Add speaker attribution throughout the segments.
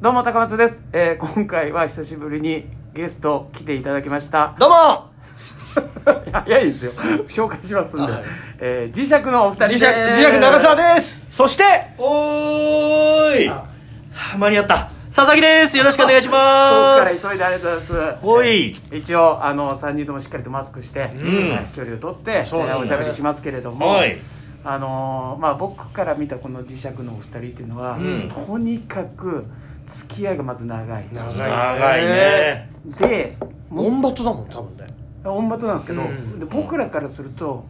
Speaker 1: どうも高松です、えー今回は久しぶりにゲスト来ていただきま した
Speaker 2: どうも
Speaker 1: いや早いですよ紹介しますんで、
Speaker 2: はい
Speaker 1: えー磁石のお二人
Speaker 2: 磁
Speaker 1: で
Speaker 2: 石
Speaker 1: す
Speaker 2: 磁石長澤ですそしておーい
Speaker 1: あ
Speaker 2: はあ間に合った佐々木ですよろしくお願いし
Speaker 1: 遠
Speaker 2: ま
Speaker 1: く
Speaker 2: す
Speaker 1: から急いでありがとうございます
Speaker 2: おい
Speaker 1: えー一応あの3人ともしっかりとマスクして、
Speaker 2: ん
Speaker 1: はい距離を取って、
Speaker 2: そうで
Speaker 1: え
Speaker 2: すね
Speaker 1: ーおしゃべりしますけれども、
Speaker 2: はい
Speaker 1: あのーまあ、僕から見たこの磁石のお二人っていうのは、
Speaker 2: うん
Speaker 1: とにかく付き合いがまず長い
Speaker 3: 長い
Speaker 2: 長いね
Speaker 1: でも
Speaker 3: モンバトだもん多分ね
Speaker 1: 音バトなんですけど、
Speaker 2: うん
Speaker 1: で僕らからすると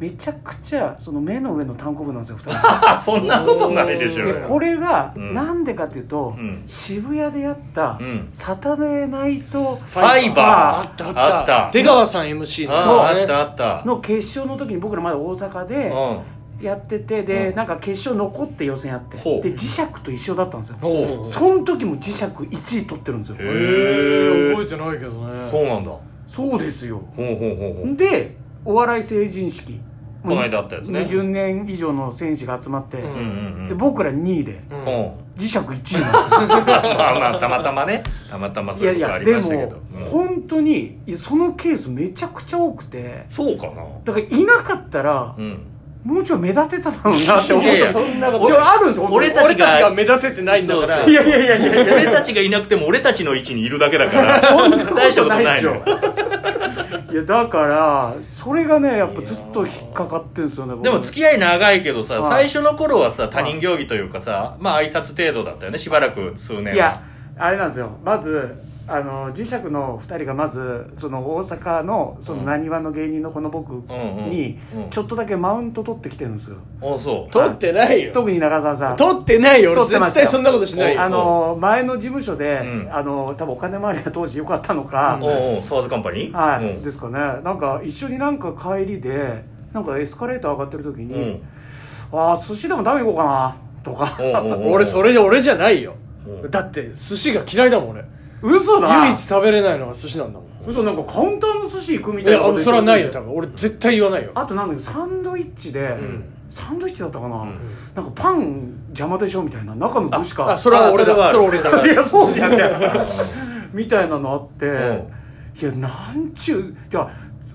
Speaker 1: めちゃくちゃその目の上の単行部なんですよ二人
Speaker 2: あ そんなことないでしょ
Speaker 1: で これが
Speaker 2: うん
Speaker 1: なんでかっていうと、
Speaker 2: うん
Speaker 1: 渋谷でやった、
Speaker 2: うん
Speaker 1: サタデーナイト
Speaker 2: ファイバー
Speaker 3: あったあ
Speaker 2: あ
Speaker 3: っ
Speaker 2: ったた
Speaker 3: 出川さん MC
Speaker 2: あー
Speaker 3: ね
Speaker 2: あったあった
Speaker 1: の決勝の時に僕らまだ大阪で
Speaker 2: う
Speaker 1: やっててで、
Speaker 2: うん
Speaker 1: なんか決勝残って予選やって
Speaker 2: ほう
Speaker 1: で磁石と一緒だったんですよ
Speaker 2: んおう
Speaker 1: その時も磁石1位取ってるんですよ
Speaker 2: へ
Speaker 3: へ
Speaker 2: ー
Speaker 3: え覚えてないけどね
Speaker 2: そうなんだ
Speaker 1: そうですよ
Speaker 2: ほうほうほうほう
Speaker 1: でお笑い成人式
Speaker 2: この間あったやつね
Speaker 1: 20年以上の選手が集まって、
Speaker 3: うん
Speaker 2: うんうんう
Speaker 1: で
Speaker 2: ん
Speaker 1: 僕ら2位で
Speaker 3: うん
Speaker 2: うん
Speaker 1: 磁石1位なんで
Speaker 2: まあまあたまたまねたまたます
Speaker 1: よ い
Speaker 2: そう
Speaker 1: や
Speaker 2: いう
Speaker 1: い
Speaker 2: ことあ
Speaker 1: やで
Speaker 2: りましたけ
Speaker 1: も
Speaker 2: ど、うん
Speaker 1: 本当にいやそのケースめちゃくちゃ多くて
Speaker 2: そうかな
Speaker 1: だからいなかったら、
Speaker 2: うん
Speaker 1: もうちょい目立てただろうなって思った
Speaker 2: いやいや
Speaker 1: でも
Speaker 3: そんなこと
Speaker 2: 俺
Speaker 1: あるんですよ
Speaker 2: 俺
Speaker 1: 本
Speaker 2: たちが
Speaker 3: 目立ててないんだから
Speaker 1: 当にいやいやいやいやいや
Speaker 2: 俺たちがいなくても俺たちの位置にいるだけだから
Speaker 1: そんなこと
Speaker 2: 大したこと
Speaker 1: ない
Speaker 2: な
Speaker 1: で
Speaker 2: い
Speaker 1: し
Speaker 2: の
Speaker 1: ょ
Speaker 2: よ
Speaker 1: いやだからそれがねやっぱずっと引っかかってるんですよね僕
Speaker 2: でも付き合い長いけどさ
Speaker 1: はい
Speaker 2: 最初の頃はさ他人行儀というかさまあ挨拶程度だったよねしばらく数年はい
Speaker 1: やあれなんですよまずあの磁石の2人がまずその大阪のその
Speaker 2: うん
Speaker 1: なにわの芸人のこの僕
Speaker 2: うんうん
Speaker 1: に
Speaker 2: うん
Speaker 1: ちょっとだけマウント取ってきてるんですよ
Speaker 2: あそう
Speaker 3: 撮ってないよ
Speaker 1: 特に長澤さん
Speaker 3: 撮ってないよ
Speaker 1: 撮
Speaker 3: 俺
Speaker 1: ってまし
Speaker 3: 絶
Speaker 1: たよ
Speaker 3: 対そんなことしないよ
Speaker 1: あの前の事務所で、
Speaker 2: うん
Speaker 1: あの多分お金回りが当時良かったのか、
Speaker 2: おうおうソワーズカンパニー
Speaker 1: はい、
Speaker 2: うん
Speaker 1: ですかねなんか一緒になんか帰りでなんかエスカレーター上がってる時に、
Speaker 2: うん
Speaker 1: ああ寿司でも食べに行こうかなとか
Speaker 2: おうおうおう
Speaker 3: 俺それで俺じゃないよ
Speaker 2: うん
Speaker 3: だって寿司が嫌いだもん俺
Speaker 1: 嘘だ
Speaker 3: 唯一食べれないのが寿司なんだもん
Speaker 1: 嘘なんかカウンターの寿司行くみ
Speaker 3: い
Speaker 1: たいな
Speaker 3: や
Speaker 1: こと言って
Speaker 3: それはないよ
Speaker 1: た
Speaker 3: 多分俺絶対言わないよ
Speaker 1: あとなんだっけサンドイッチで、
Speaker 3: ん
Speaker 1: サンドイッチだったかな、
Speaker 2: ん
Speaker 1: なんかパン邪魔でしょみたいな中の具しか
Speaker 3: あそれは俺だ
Speaker 2: あそ
Speaker 3: そ
Speaker 2: れ
Speaker 3: れ
Speaker 2: は
Speaker 3: は
Speaker 2: ある
Speaker 3: 俺だ
Speaker 1: いやそう じゃんじゃ
Speaker 2: う
Speaker 1: ん
Speaker 2: ん
Speaker 1: みたいなのあって、
Speaker 2: うん
Speaker 1: いやなんちゅういや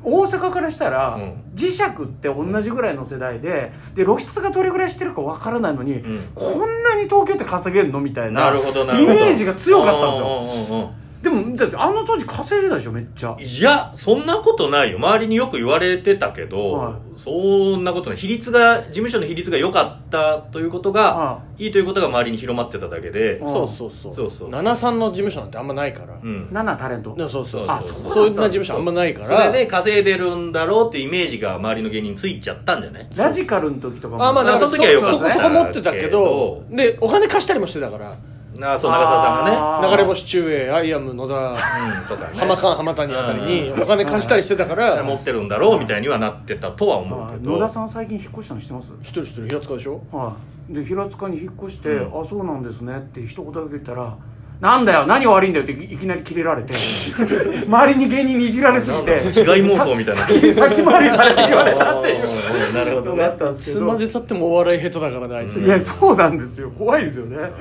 Speaker 1: 大阪からしたら、
Speaker 2: うん
Speaker 1: 磁石って同じぐらいの世代でで露出がどれぐらいしてるかわからないのに、
Speaker 2: ん
Speaker 1: こんなに東京って稼げるのみたいな
Speaker 2: なるほどなるほど
Speaker 1: イメージが強かったんですよ
Speaker 2: ですよ
Speaker 1: でもだってあの当時稼いでたでしょめっちゃ
Speaker 2: いやそんなことないよ周りによく言われてたけど、
Speaker 1: は
Speaker 2: そんなことない比率が事務所の比率が良かったということが、、
Speaker 1: はい
Speaker 2: いということが周りに広まってただけで、
Speaker 1: うん
Speaker 3: そうそうそう
Speaker 2: そうそう
Speaker 3: 73の事務所なんてあんまないから
Speaker 2: うん
Speaker 1: 7タレント
Speaker 3: ねそうそう
Speaker 2: あ
Speaker 3: そう
Speaker 1: そう
Speaker 3: そうい
Speaker 1: なん
Speaker 3: う
Speaker 1: だ
Speaker 3: な事務所あんまないか
Speaker 2: そ
Speaker 3: ら
Speaker 2: れで稼いでるんだろうってイメージが周りの芸人についちゃったんじゃない
Speaker 1: ラジカルの時とかも
Speaker 3: あまあだから
Speaker 2: そ
Speaker 3: そ
Speaker 2: の時は良かった
Speaker 3: そこそこ持ってたけどでお金貸したりもしてたから
Speaker 2: なあそう長澤さんが
Speaker 1: あー
Speaker 3: 流れ星中英アイアム野田
Speaker 2: ねうんとかね
Speaker 3: 浜間浜谷あたりにお金貸したりしてたか
Speaker 2: うん
Speaker 3: ら
Speaker 2: 持ってるんだろうみたいにはなってたとは思う
Speaker 1: は
Speaker 2: け
Speaker 1: い
Speaker 2: ど
Speaker 1: 野田さん最近引っ越したの知ってます
Speaker 3: 一人一人平塚でしょ
Speaker 1: はい、で平塚に引っ越して「
Speaker 2: う
Speaker 1: あそうなんですね」って一言だけ言ったら「なんだよ何が悪いんだよ」っていきなりキレられ て周りに芸人にいじられすぎて
Speaker 2: 被害妄想みたいな
Speaker 1: さ 先先回りされて言われたっていう
Speaker 2: おーおーおーなるほ
Speaker 1: こ
Speaker 2: ど
Speaker 1: とがあ
Speaker 2: ね
Speaker 1: ったんです
Speaker 3: つ
Speaker 1: け
Speaker 3: ま
Speaker 1: ど
Speaker 3: でたってもお笑い下手だからねあいつ
Speaker 2: うん
Speaker 1: いやそうなんですよ怖いですよねだか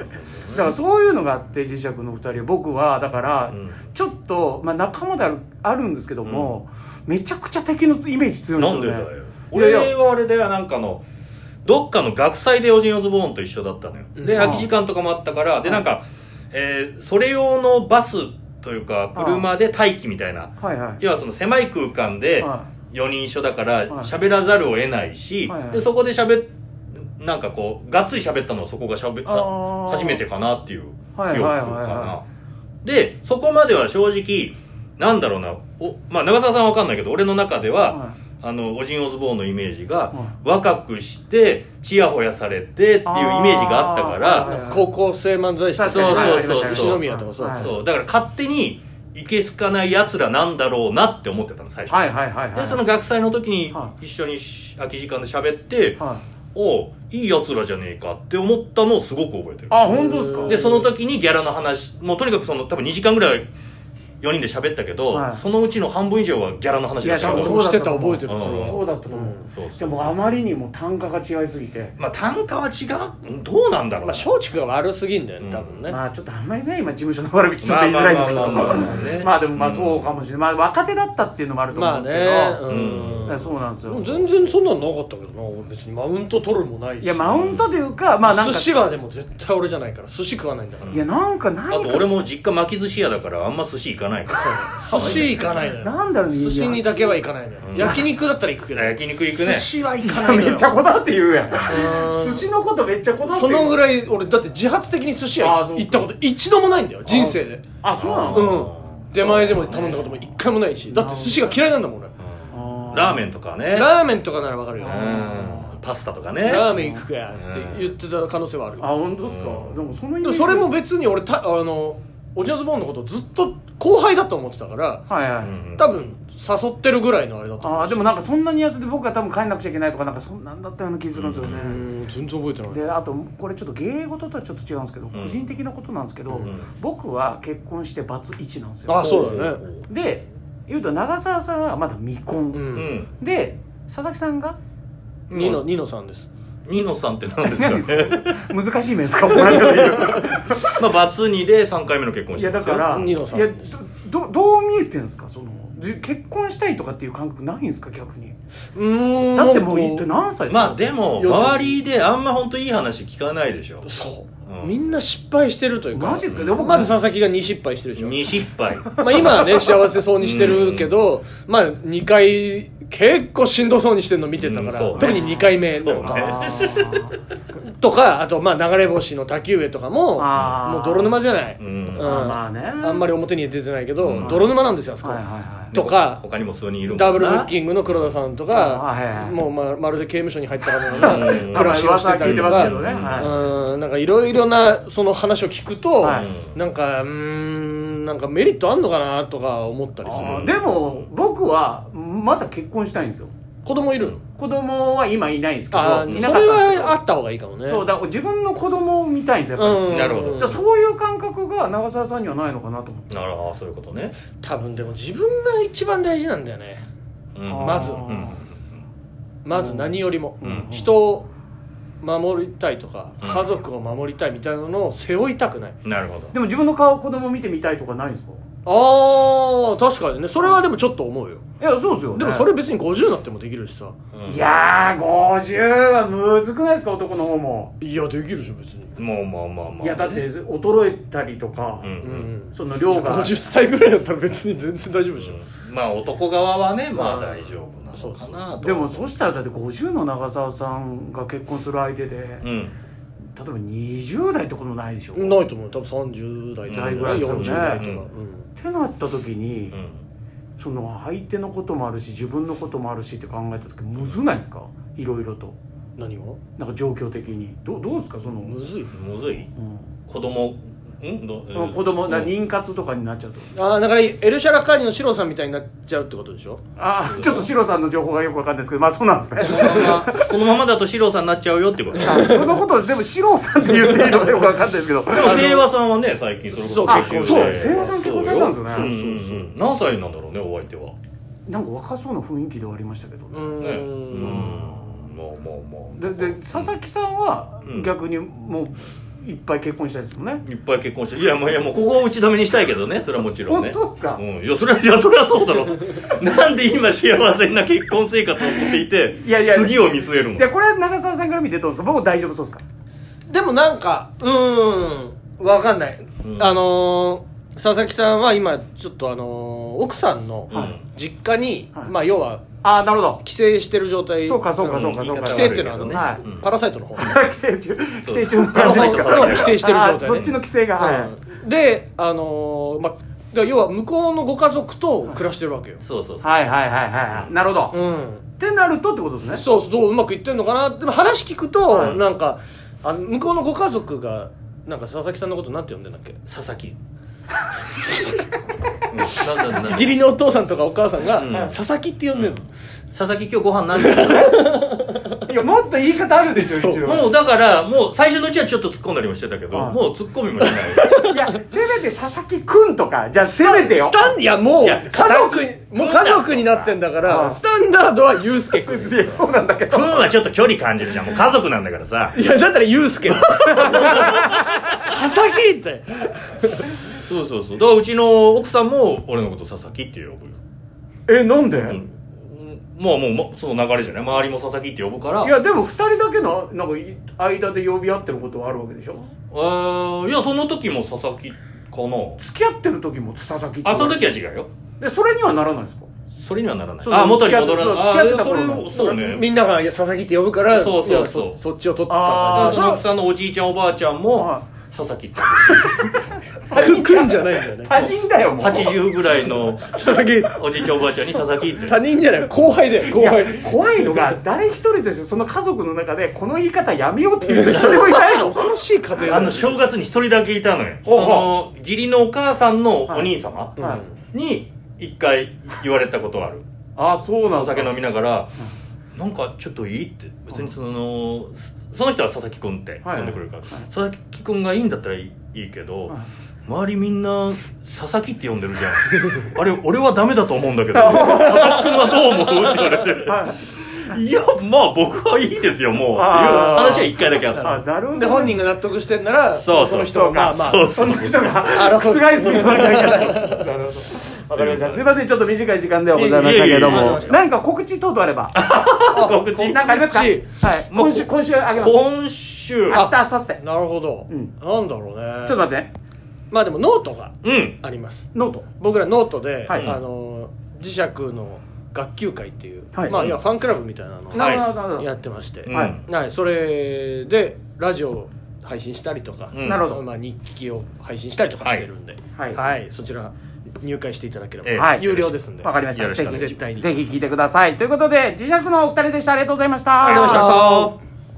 Speaker 1: らそういうのがあって磁石の二人は僕はだから
Speaker 2: うん
Speaker 1: ちょっと、まあ、仲間であるあるんですけども、めちゃくちゃ敵のイメージ強い
Speaker 2: なんん
Speaker 1: で
Speaker 2: ですだ
Speaker 1: よね
Speaker 2: よ俺
Speaker 1: いやいや
Speaker 2: はあれだよなんかのどっかの学祭でオジン・オズボーンと一緒だったのよ
Speaker 3: うん
Speaker 2: で
Speaker 1: ああ
Speaker 2: 空き時間とかもあったから
Speaker 1: は
Speaker 2: で
Speaker 1: い
Speaker 2: なんか、えーそれ用のバスというか
Speaker 1: ああ
Speaker 2: 車で待機みたいな
Speaker 1: はいはい
Speaker 2: 要はその狭い空間で
Speaker 1: は
Speaker 2: 4人一緒だから
Speaker 1: はい
Speaker 2: 喋らざるを得ないし、
Speaker 1: はいはい
Speaker 2: でそこで喋っなんかこうがっつり喋ったのはそこが喋っ
Speaker 1: あ
Speaker 2: た
Speaker 1: ー
Speaker 2: 初めてかなっていう記憶か
Speaker 1: は
Speaker 2: な、
Speaker 1: いはいはいは
Speaker 2: でそこまでは正直なんだろうなお、まあ、長澤さんは分かんないけど俺の中では、
Speaker 1: は
Speaker 2: あのオジン・オズボーンのイメージが、
Speaker 1: は
Speaker 2: 若くしてちやほやされてっていうイメージがあったか
Speaker 1: あーはいはい
Speaker 2: ら
Speaker 3: 高校生漫才師とか
Speaker 2: そうそうそう
Speaker 3: はい
Speaker 2: ありましたね
Speaker 3: 西宮とかそう、
Speaker 1: はい
Speaker 2: そうだから勝手にいけすかないやつらなんだろうなって思ってたの最初、
Speaker 1: はいはいはいはい
Speaker 2: でその学祭の時に
Speaker 1: は
Speaker 2: 一緒にし空き時間で喋って、
Speaker 1: はい
Speaker 2: おういいやつらじゃねえかって思ったのをすごく覚えてる
Speaker 1: あ本当ですか
Speaker 2: でその時にギャラの話もうとにかくその多分2時間ぐらい4人で喋ったけど、
Speaker 1: はい
Speaker 2: そのうちの半分以上はギャラの話だった
Speaker 1: い
Speaker 2: よ
Speaker 1: や多分
Speaker 3: そうしてた覚えてる
Speaker 2: うん
Speaker 3: それは
Speaker 1: そうだったと思う、
Speaker 2: そうそう
Speaker 1: でもあまりにも単価が違いすぎて
Speaker 2: まあ単価は違ううんどうなんだろう
Speaker 3: まあ松竹が悪すぎんだよ
Speaker 2: う
Speaker 3: ね
Speaker 2: ん
Speaker 3: 多分ね
Speaker 1: まあちょっとあんまりね今事務所の悪口ちょっと言いづらいんですけど
Speaker 2: まあまあまあまあまあね
Speaker 1: まあでもまあそうかもしれない、まあ、若手だったっていうのもあると思
Speaker 3: ま
Speaker 1: う
Speaker 3: あ
Speaker 1: んで
Speaker 3: ね
Speaker 1: すけど、
Speaker 2: うん
Speaker 1: だからそうなんですよ、
Speaker 3: うん全然そんなのなかったけどな別にマウント取るもないし
Speaker 1: いやマウントというかまあなんか
Speaker 3: 寿司はでも絶対俺じゃないから寿司食わないんだから
Speaker 1: いやなんか何
Speaker 2: あ
Speaker 1: か
Speaker 2: と俺も実家巻き寿司屋だからあんま寿司行かないか
Speaker 3: 寿司行かないのよ
Speaker 1: なんだろう
Speaker 3: 寿司にだけは行かないのよ
Speaker 2: うん
Speaker 3: 焼肉だったら行くけど
Speaker 2: ら焼肉行くね
Speaker 3: 寿司は行かないの
Speaker 1: め
Speaker 3: よ
Speaker 1: っちゃこだわって言うやん
Speaker 3: う
Speaker 1: 寿
Speaker 3: ん
Speaker 1: 司のことめっちゃこだわって
Speaker 3: そ
Speaker 1: 言う
Speaker 3: のぐらい俺だって自発的に寿司屋
Speaker 1: あーそう
Speaker 3: 行ったこと一度もないんだよ人生で
Speaker 1: あそうなの
Speaker 3: う
Speaker 1: うん
Speaker 3: ん出前でも頼んだことも一回もないしだって寿司が嫌いなんだもん俺
Speaker 1: あ
Speaker 2: ラーメ
Speaker 1: ン
Speaker 2: ンとかね
Speaker 3: ラーメンとかならわかるよ
Speaker 2: うんパスタとかね
Speaker 3: ラーメン行くかやって言ってた可能性はある
Speaker 1: あ
Speaker 3: よ
Speaker 1: 本当ですか
Speaker 2: うん
Speaker 1: でもそのイメー
Speaker 3: でも
Speaker 1: ジ
Speaker 3: それも別に俺たあのオジャズボーンのことをずっと後輩だと思ってたから
Speaker 1: はいはい
Speaker 2: うん
Speaker 3: 多分誘ってるぐらいのあれだと思
Speaker 1: あ
Speaker 3: う
Speaker 1: ーでもなんかそんなに安で僕が多分帰んなくちゃいけないとかなんかそんなんだったような気するんですよ
Speaker 3: う
Speaker 1: ね
Speaker 3: ん全然覚えてない
Speaker 1: であとこれちょっと芸事とはちょっと違うんですけど
Speaker 2: ん
Speaker 1: 個人的なことなんですけど
Speaker 2: うん
Speaker 1: 僕は結婚してバツ1なんです
Speaker 3: あ
Speaker 1: よ
Speaker 3: そうだね
Speaker 1: で言うと長澤さんはまだ未
Speaker 3: う
Speaker 1: 婚
Speaker 2: うんん
Speaker 1: で佐々木さんが
Speaker 3: ニノニノさんです
Speaker 2: ニノさんって何ですかね
Speaker 1: 難しい面ですかもなんか言う
Speaker 2: まあバツ2で3回目の結婚
Speaker 1: い
Speaker 2: して
Speaker 1: やだから
Speaker 3: 二郎さん
Speaker 1: いやどどどう見えてんですかそのじ結婚したいとかっていう感覚ないんですか逆に
Speaker 3: うん
Speaker 1: だってもう一体
Speaker 3: なんか
Speaker 1: 何歳ですか
Speaker 2: まあでも周りであんま本当いい話聞かないでしょ
Speaker 3: そう、
Speaker 2: うん
Speaker 3: みんな失敗してるというか
Speaker 1: マジですか
Speaker 2: うん
Speaker 1: で僕
Speaker 3: まず
Speaker 1: さ
Speaker 3: 佐々木が2失敗してるでしょ
Speaker 2: 2失敗
Speaker 3: まあ今は ね幸せそうにしてるけど、まあ2回結構しんどそうにしてるの見てた
Speaker 2: う
Speaker 3: から、
Speaker 2: んそうね
Speaker 3: 特に2回目なん
Speaker 2: そうね
Speaker 3: かとかあとまあ流れ星の滝上とかも
Speaker 1: あー
Speaker 3: もう泥沼じゃない、
Speaker 2: う
Speaker 3: うん
Speaker 2: は
Speaker 3: ん
Speaker 2: い
Speaker 1: まあね
Speaker 3: あんまり表には出てないけど、
Speaker 2: うん
Speaker 3: 泥沼なんですよあそこ、
Speaker 1: はいはいはい
Speaker 3: とか
Speaker 2: 他にも数人いるもんな
Speaker 3: ダブルブッキングの黒田さんと
Speaker 1: あーはい
Speaker 3: か
Speaker 1: はい
Speaker 3: もうままるで刑務所に入ったかのような
Speaker 2: うん
Speaker 3: 暮らしをして
Speaker 1: 噂
Speaker 3: た
Speaker 1: は聞
Speaker 3: り
Speaker 1: い
Speaker 3: と
Speaker 1: てますけど
Speaker 3: か
Speaker 1: ね、
Speaker 2: うん
Speaker 1: はい
Speaker 3: うんなんかいろいろなその話を聞くと、
Speaker 1: はい
Speaker 3: なんかうーんなんかメリットあんのかなとか思ったりす
Speaker 1: あー
Speaker 3: る
Speaker 1: でも僕はまた結婚したいんですよ
Speaker 3: 子供いるの
Speaker 1: 子供は今いないんですけど
Speaker 3: ああそ
Speaker 1: い
Speaker 3: れ
Speaker 1: なかったんですけど
Speaker 3: はあった方がいいかもね
Speaker 1: そうだから自分の子供を見たいんですよやっぱり
Speaker 3: うん
Speaker 2: なるほど
Speaker 1: だからそういう感覚が長澤さんにはないのかなと思って
Speaker 2: なるほどそういうことね
Speaker 3: 多分でも自分が一番大事なんだよね
Speaker 2: うん
Speaker 1: あー
Speaker 3: まず
Speaker 2: うん
Speaker 3: まず何よりも、
Speaker 2: うん
Speaker 3: 人を守りたいとか
Speaker 2: うん
Speaker 3: 家族を守りたいみたいなのを背負いたくない
Speaker 2: なるほど
Speaker 1: でも自分の顔子供見てみたいとかないんですか
Speaker 3: あー確かにねそれはでもちょっと思うよ
Speaker 1: いやそうですよね
Speaker 3: でもそれ別に50になってもできるしさ
Speaker 2: うん
Speaker 1: いやー50はむずくないですか男の方も、
Speaker 3: いやできるでしょ別に
Speaker 2: もうまあまあまあ
Speaker 1: いやだって衰えたりとか、
Speaker 2: うん
Speaker 3: うん
Speaker 1: その量が
Speaker 3: 50歳ぐらいだったら別に全然大丈夫でしょ
Speaker 2: まあ男側はねまあ大丈夫な
Speaker 3: そ
Speaker 2: の
Speaker 3: うそ
Speaker 2: か
Speaker 3: う
Speaker 2: なと
Speaker 1: でもそしたらだって50の長澤さんが結婚する相手で、例え
Speaker 2: うん
Speaker 1: ば20代ってこともないでしょ、っ
Speaker 3: ないと思う多分30代とか
Speaker 2: ないぐ
Speaker 1: らいですよね
Speaker 3: 40代とか、
Speaker 1: てなった時に、
Speaker 2: うん
Speaker 1: その相手のこともあるし自分のこともあるしって考えた時むずないですかいろいろと
Speaker 3: うん何が
Speaker 1: なんか状況的にどうどうですかその、
Speaker 3: むずい
Speaker 2: むずい
Speaker 1: うん
Speaker 2: 子供んど
Speaker 1: 子供な
Speaker 2: うん
Speaker 1: 妊活とかになっちゃうと
Speaker 3: ああだからエルシャラカーニのシロさんみたいになっちゃうってことでしょ
Speaker 1: ああちょっとシロさんの情報がよくわかんないですけどまあそうなんですね
Speaker 2: このままこのままだと四郎さんになっちゃうよってことでも
Speaker 1: あそのことを全部四郎さんって言っていいのかよくわかんないですけど
Speaker 2: 清和さんはね最近それこそ
Speaker 3: そ
Speaker 2: 結
Speaker 3: う
Speaker 2: 婚
Speaker 3: あ
Speaker 2: して
Speaker 3: そう清
Speaker 1: 和さん結婚されたんですよね
Speaker 2: そうようんうんうん何歳なんだろうねお相手は
Speaker 1: なんか若そうな雰囲気ではありましたけど
Speaker 3: う
Speaker 1: ね、
Speaker 3: ん
Speaker 2: ねうんまあまあまあ
Speaker 1: でで佐々木さんは
Speaker 2: うん
Speaker 1: 逆にもういっぱい結婚したいですもんね、
Speaker 2: いっぱい結婚していやまあいやもうここを打ち止めにしたいけどねそれはもちろんね
Speaker 1: 本当ですか
Speaker 2: うん、いやそれはいやそれはそうだろなんで今幸せな結婚生活を送っていて
Speaker 1: いやいや
Speaker 2: 次を見据えるの
Speaker 1: いやこれは長澤さんから見てどうですか僕大丈夫そうですか
Speaker 3: でもなんかうーんわかんない、
Speaker 2: うん
Speaker 3: あのー佐々木さんは今ちょっとあのー奥さんの
Speaker 2: はい
Speaker 3: 実家に、
Speaker 1: はい
Speaker 3: まあ要は
Speaker 1: ああなるほ
Speaker 3: 帰省してる状態
Speaker 1: そうかそうか
Speaker 2: ん
Speaker 1: そうかそうか
Speaker 3: 帰省っていうのはあの、
Speaker 2: 言い
Speaker 1: ね
Speaker 2: 方
Speaker 1: はい う
Speaker 2: 悪けど
Speaker 3: パラサイトの方、
Speaker 1: ど寄生虫寄生虫の感
Speaker 3: パラ
Speaker 1: じ
Speaker 3: サ
Speaker 1: で
Speaker 3: イ
Speaker 1: す
Speaker 3: ト
Speaker 1: か
Speaker 3: の方に帰省してる
Speaker 1: あ
Speaker 3: 状態、
Speaker 1: ー
Speaker 3: ね、
Speaker 1: そっちの規制がはい、
Speaker 3: うんであのーまあだから要は向こうのご家族と暮らしてるわけよ、
Speaker 2: そうそうそう
Speaker 1: はいはいはいはいはいなるほど、
Speaker 3: う
Speaker 1: っ
Speaker 3: ん
Speaker 1: てなるとってことですね
Speaker 3: そうそうどううまくいってんのかなでも話聞くと、
Speaker 1: はい
Speaker 3: なんかあの向こうのご家族がなんか佐々木さんのことなんて呼んでんだっけ
Speaker 2: 佐々木うんなんだなんだ
Speaker 3: 義理のお父さんとかお母さんが、
Speaker 2: うん
Speaker 3: 佐々木って呼んでんの、
Speaker 2: 佐々木今日ご飯何ですか
Speaker 1: いやもっと言い方あるでしょ一
Speaker 3: そう
Speaker 1: 応
Speaker 2: もうだから、もう最初のうちはちょっと突っ込んだりもしてたけど、
Speaker 1: はい
Speaker 2: もう突っ込みもしない。
Speaker 1: いやせめて佐々木くんとかじゃあせめてよ
Speaker 3: スタンいやもう
Speaker 2: い
Speaker 3: 家
Speaker 2: や
Speaker 3: 族に
Speaker 2: スタン
Speaker 3: もう家族になってんだか
Speaker 1: う
Speaker 3: ら
Speaker 1: ん
Speaker 3: スタンダードはユうスケ君
Speaker 1: いやそうなんだけど
Speaker 2: くんはちょっと距離感じるじゃん。もう家族なんだからさ。
Speaker 3: いやだったらユう スケ佐々木って
Speaker 2: そうそうそう。だからうちの奥さんも、俺のこと佐々木って呼ぶよ。
Speaker 1: えなんで、
Speaker 2: うん。まあもう、ま、その流れじゃない。周りも佐々木って呼ぶから。
Speaker 1: いやでも2人だけのなんかい間で呼び合ってることはあるわけでしょ
Speaker 2: あーいや、その時も佐々木か
Speaker 1: 付き合ってる時も佐々木って
Speaker 2: な。あ、その時
Speaker 1: は
Speaker 2: は違うよ。
Speaker 1: でそれにはならないですか
Speaker 2: それにはならない。
Speaker 1: そう
Speaker 2: あ、元に戻らない。
Speaker 1: 付
Speaker 2: あ
Speaker 1: き合ってた
Speaker 2: それ
Speaker 1: 頃の
Speaker 2: を、そうね。
Speaker 3: みんながいや佐々木って呼ぶから
Speaker 2: そうそうそう
Speaker 3: いやそっちを取った
Speaker 1: あ
Speaker 2: だ
Speaker 1: ー
Speaker 2: からその奥さんのおじいちゃんおばあちゃん
Speaker 1: はい
Speaker 2: も佐々木って
Speaker 3: からくくんじゃないんだよね
Speaker 1: 他人だよもう
Speaker 2: 80ぐらいの
Speaker 3: 佐々木
Speaker 2: おじいちゃんおばあちゃんに佐々木って
Speaker 3: 他人じゃない後輩だよ後
Speaker 1: いや
Speaker 3: 輩
Speaker 1: 怖いのが 誰一人としてその家族の中でこの言い方やめようっていう人一人もいないの
Speaker 3: 恐ろしい家庭
Speaker 2: あ
Speaker 3: だ
Speaker 2: の
Speaker 3: よ
Speaker 2: 正月に一人だけいたのよそ
Speaker 1: おう
Speaker 2: の義理のお母さんのお兄様
Speaker 3: う
Speaker 1: はい
Speaker 3: ん
Speaker 2: に一回言われたことある
Speaker 1: あそうなん
Speaker 2: お
Speaker 1: です
Speaker 2: 酒飲み
Speaker 1: か
Speaker 2: ながら「なんかちょっといい?」って別にそのその人は佐々木君って
Speaker 1: はい
Speaker 2: 呼んでくれるから
Speaker 1: はい
Speaker 2: 佐々木君がいいんだったらいいいいけど
Speaker 1: はい
Speaker 2: 周りみんな佐々木って呼んでる じゃんあれ俺はダメだと思うんだけど佐々木君はどう思うって言われて
Speaker 1: はい
Speaker 2: いやまあ僕はいいですよもうっていう
Speaker 1: あー
Speaker 2: 話は一回だけあっ
Speaker 1: あ
Speaker 2: た
Speaker 1: なるほど
Speaker 3: で本人が納得してんなら
Speaker 2: そうそう
Speaker 3: の人はまあまあ
Speaker 2: そう
Speaker 1: その人が
Speaker 3: 争う
Speaker 1: 覆すような言い方なるほどわかりましたすいませんちょっと短い時間ではございましたけど
Speaker 3: いえいえいえありがとうござい
Speaker 1: も
Speaker 3: ました
Speaker 1: 何か告知等々あれば
Speaker 2: 告知
Speaker 1: 何かありますかはい
Speaker 2: もう
Speaker 1: 今週今週あげます
Speaker 2: 今週
Speaker 1: 明日明後日
Speaker 3: なるほど、
Speaker 1: うん
Speaker 3: なんだろうね
Speaker 1: ちょっと待ってね
Speaker 3: まあでもノートが
Speaker 2: うん
Speaker 3: あります
Speaker 1: ノート
Speaker 3: 僕らノートで、
Speaker 1: はい
Speaker 3: あの磁石の学級会っていう、
Speaker 1: はい
Speaker 3: まあいやファンクラブみたいなの
Speaker 2: は
Speaker 1: ないるほどなる
Speaker 3: を
Speaker 1: ほ
Speaker 3: や
Speaker 1: ど
Speaker 3: ってまして、
Speaker 2: うん
Speaker 1: はい
Speaker 3: はい、それでラジオを配信したりとか、
Speaker 2: うん
Speaker 1: なるほど
Speaker 3: まあ、日記を配信したりとかしてるんで、
Speaker 1: は
Speaker 3: はいいそちら入会していただければ、
Speaker 2: ええ
Speaker 1: はい
Speaker 3: 有料ですんで
Speaker 1: わかりまし
Speaker 2: よ
Speaker 1: た
Speaker 2: ろし
Speaker 1: ぜ
Speaker 2: くお願
Speaker 1: ひぜ
Speaker 2: い
Speaker 3: し
Speaker 1: ひ
Speaker 3: ます
Speaker 1: 聞いてくださいということで磁石のお二人でしたありがとうございました
Speaker 2: ありがとうございました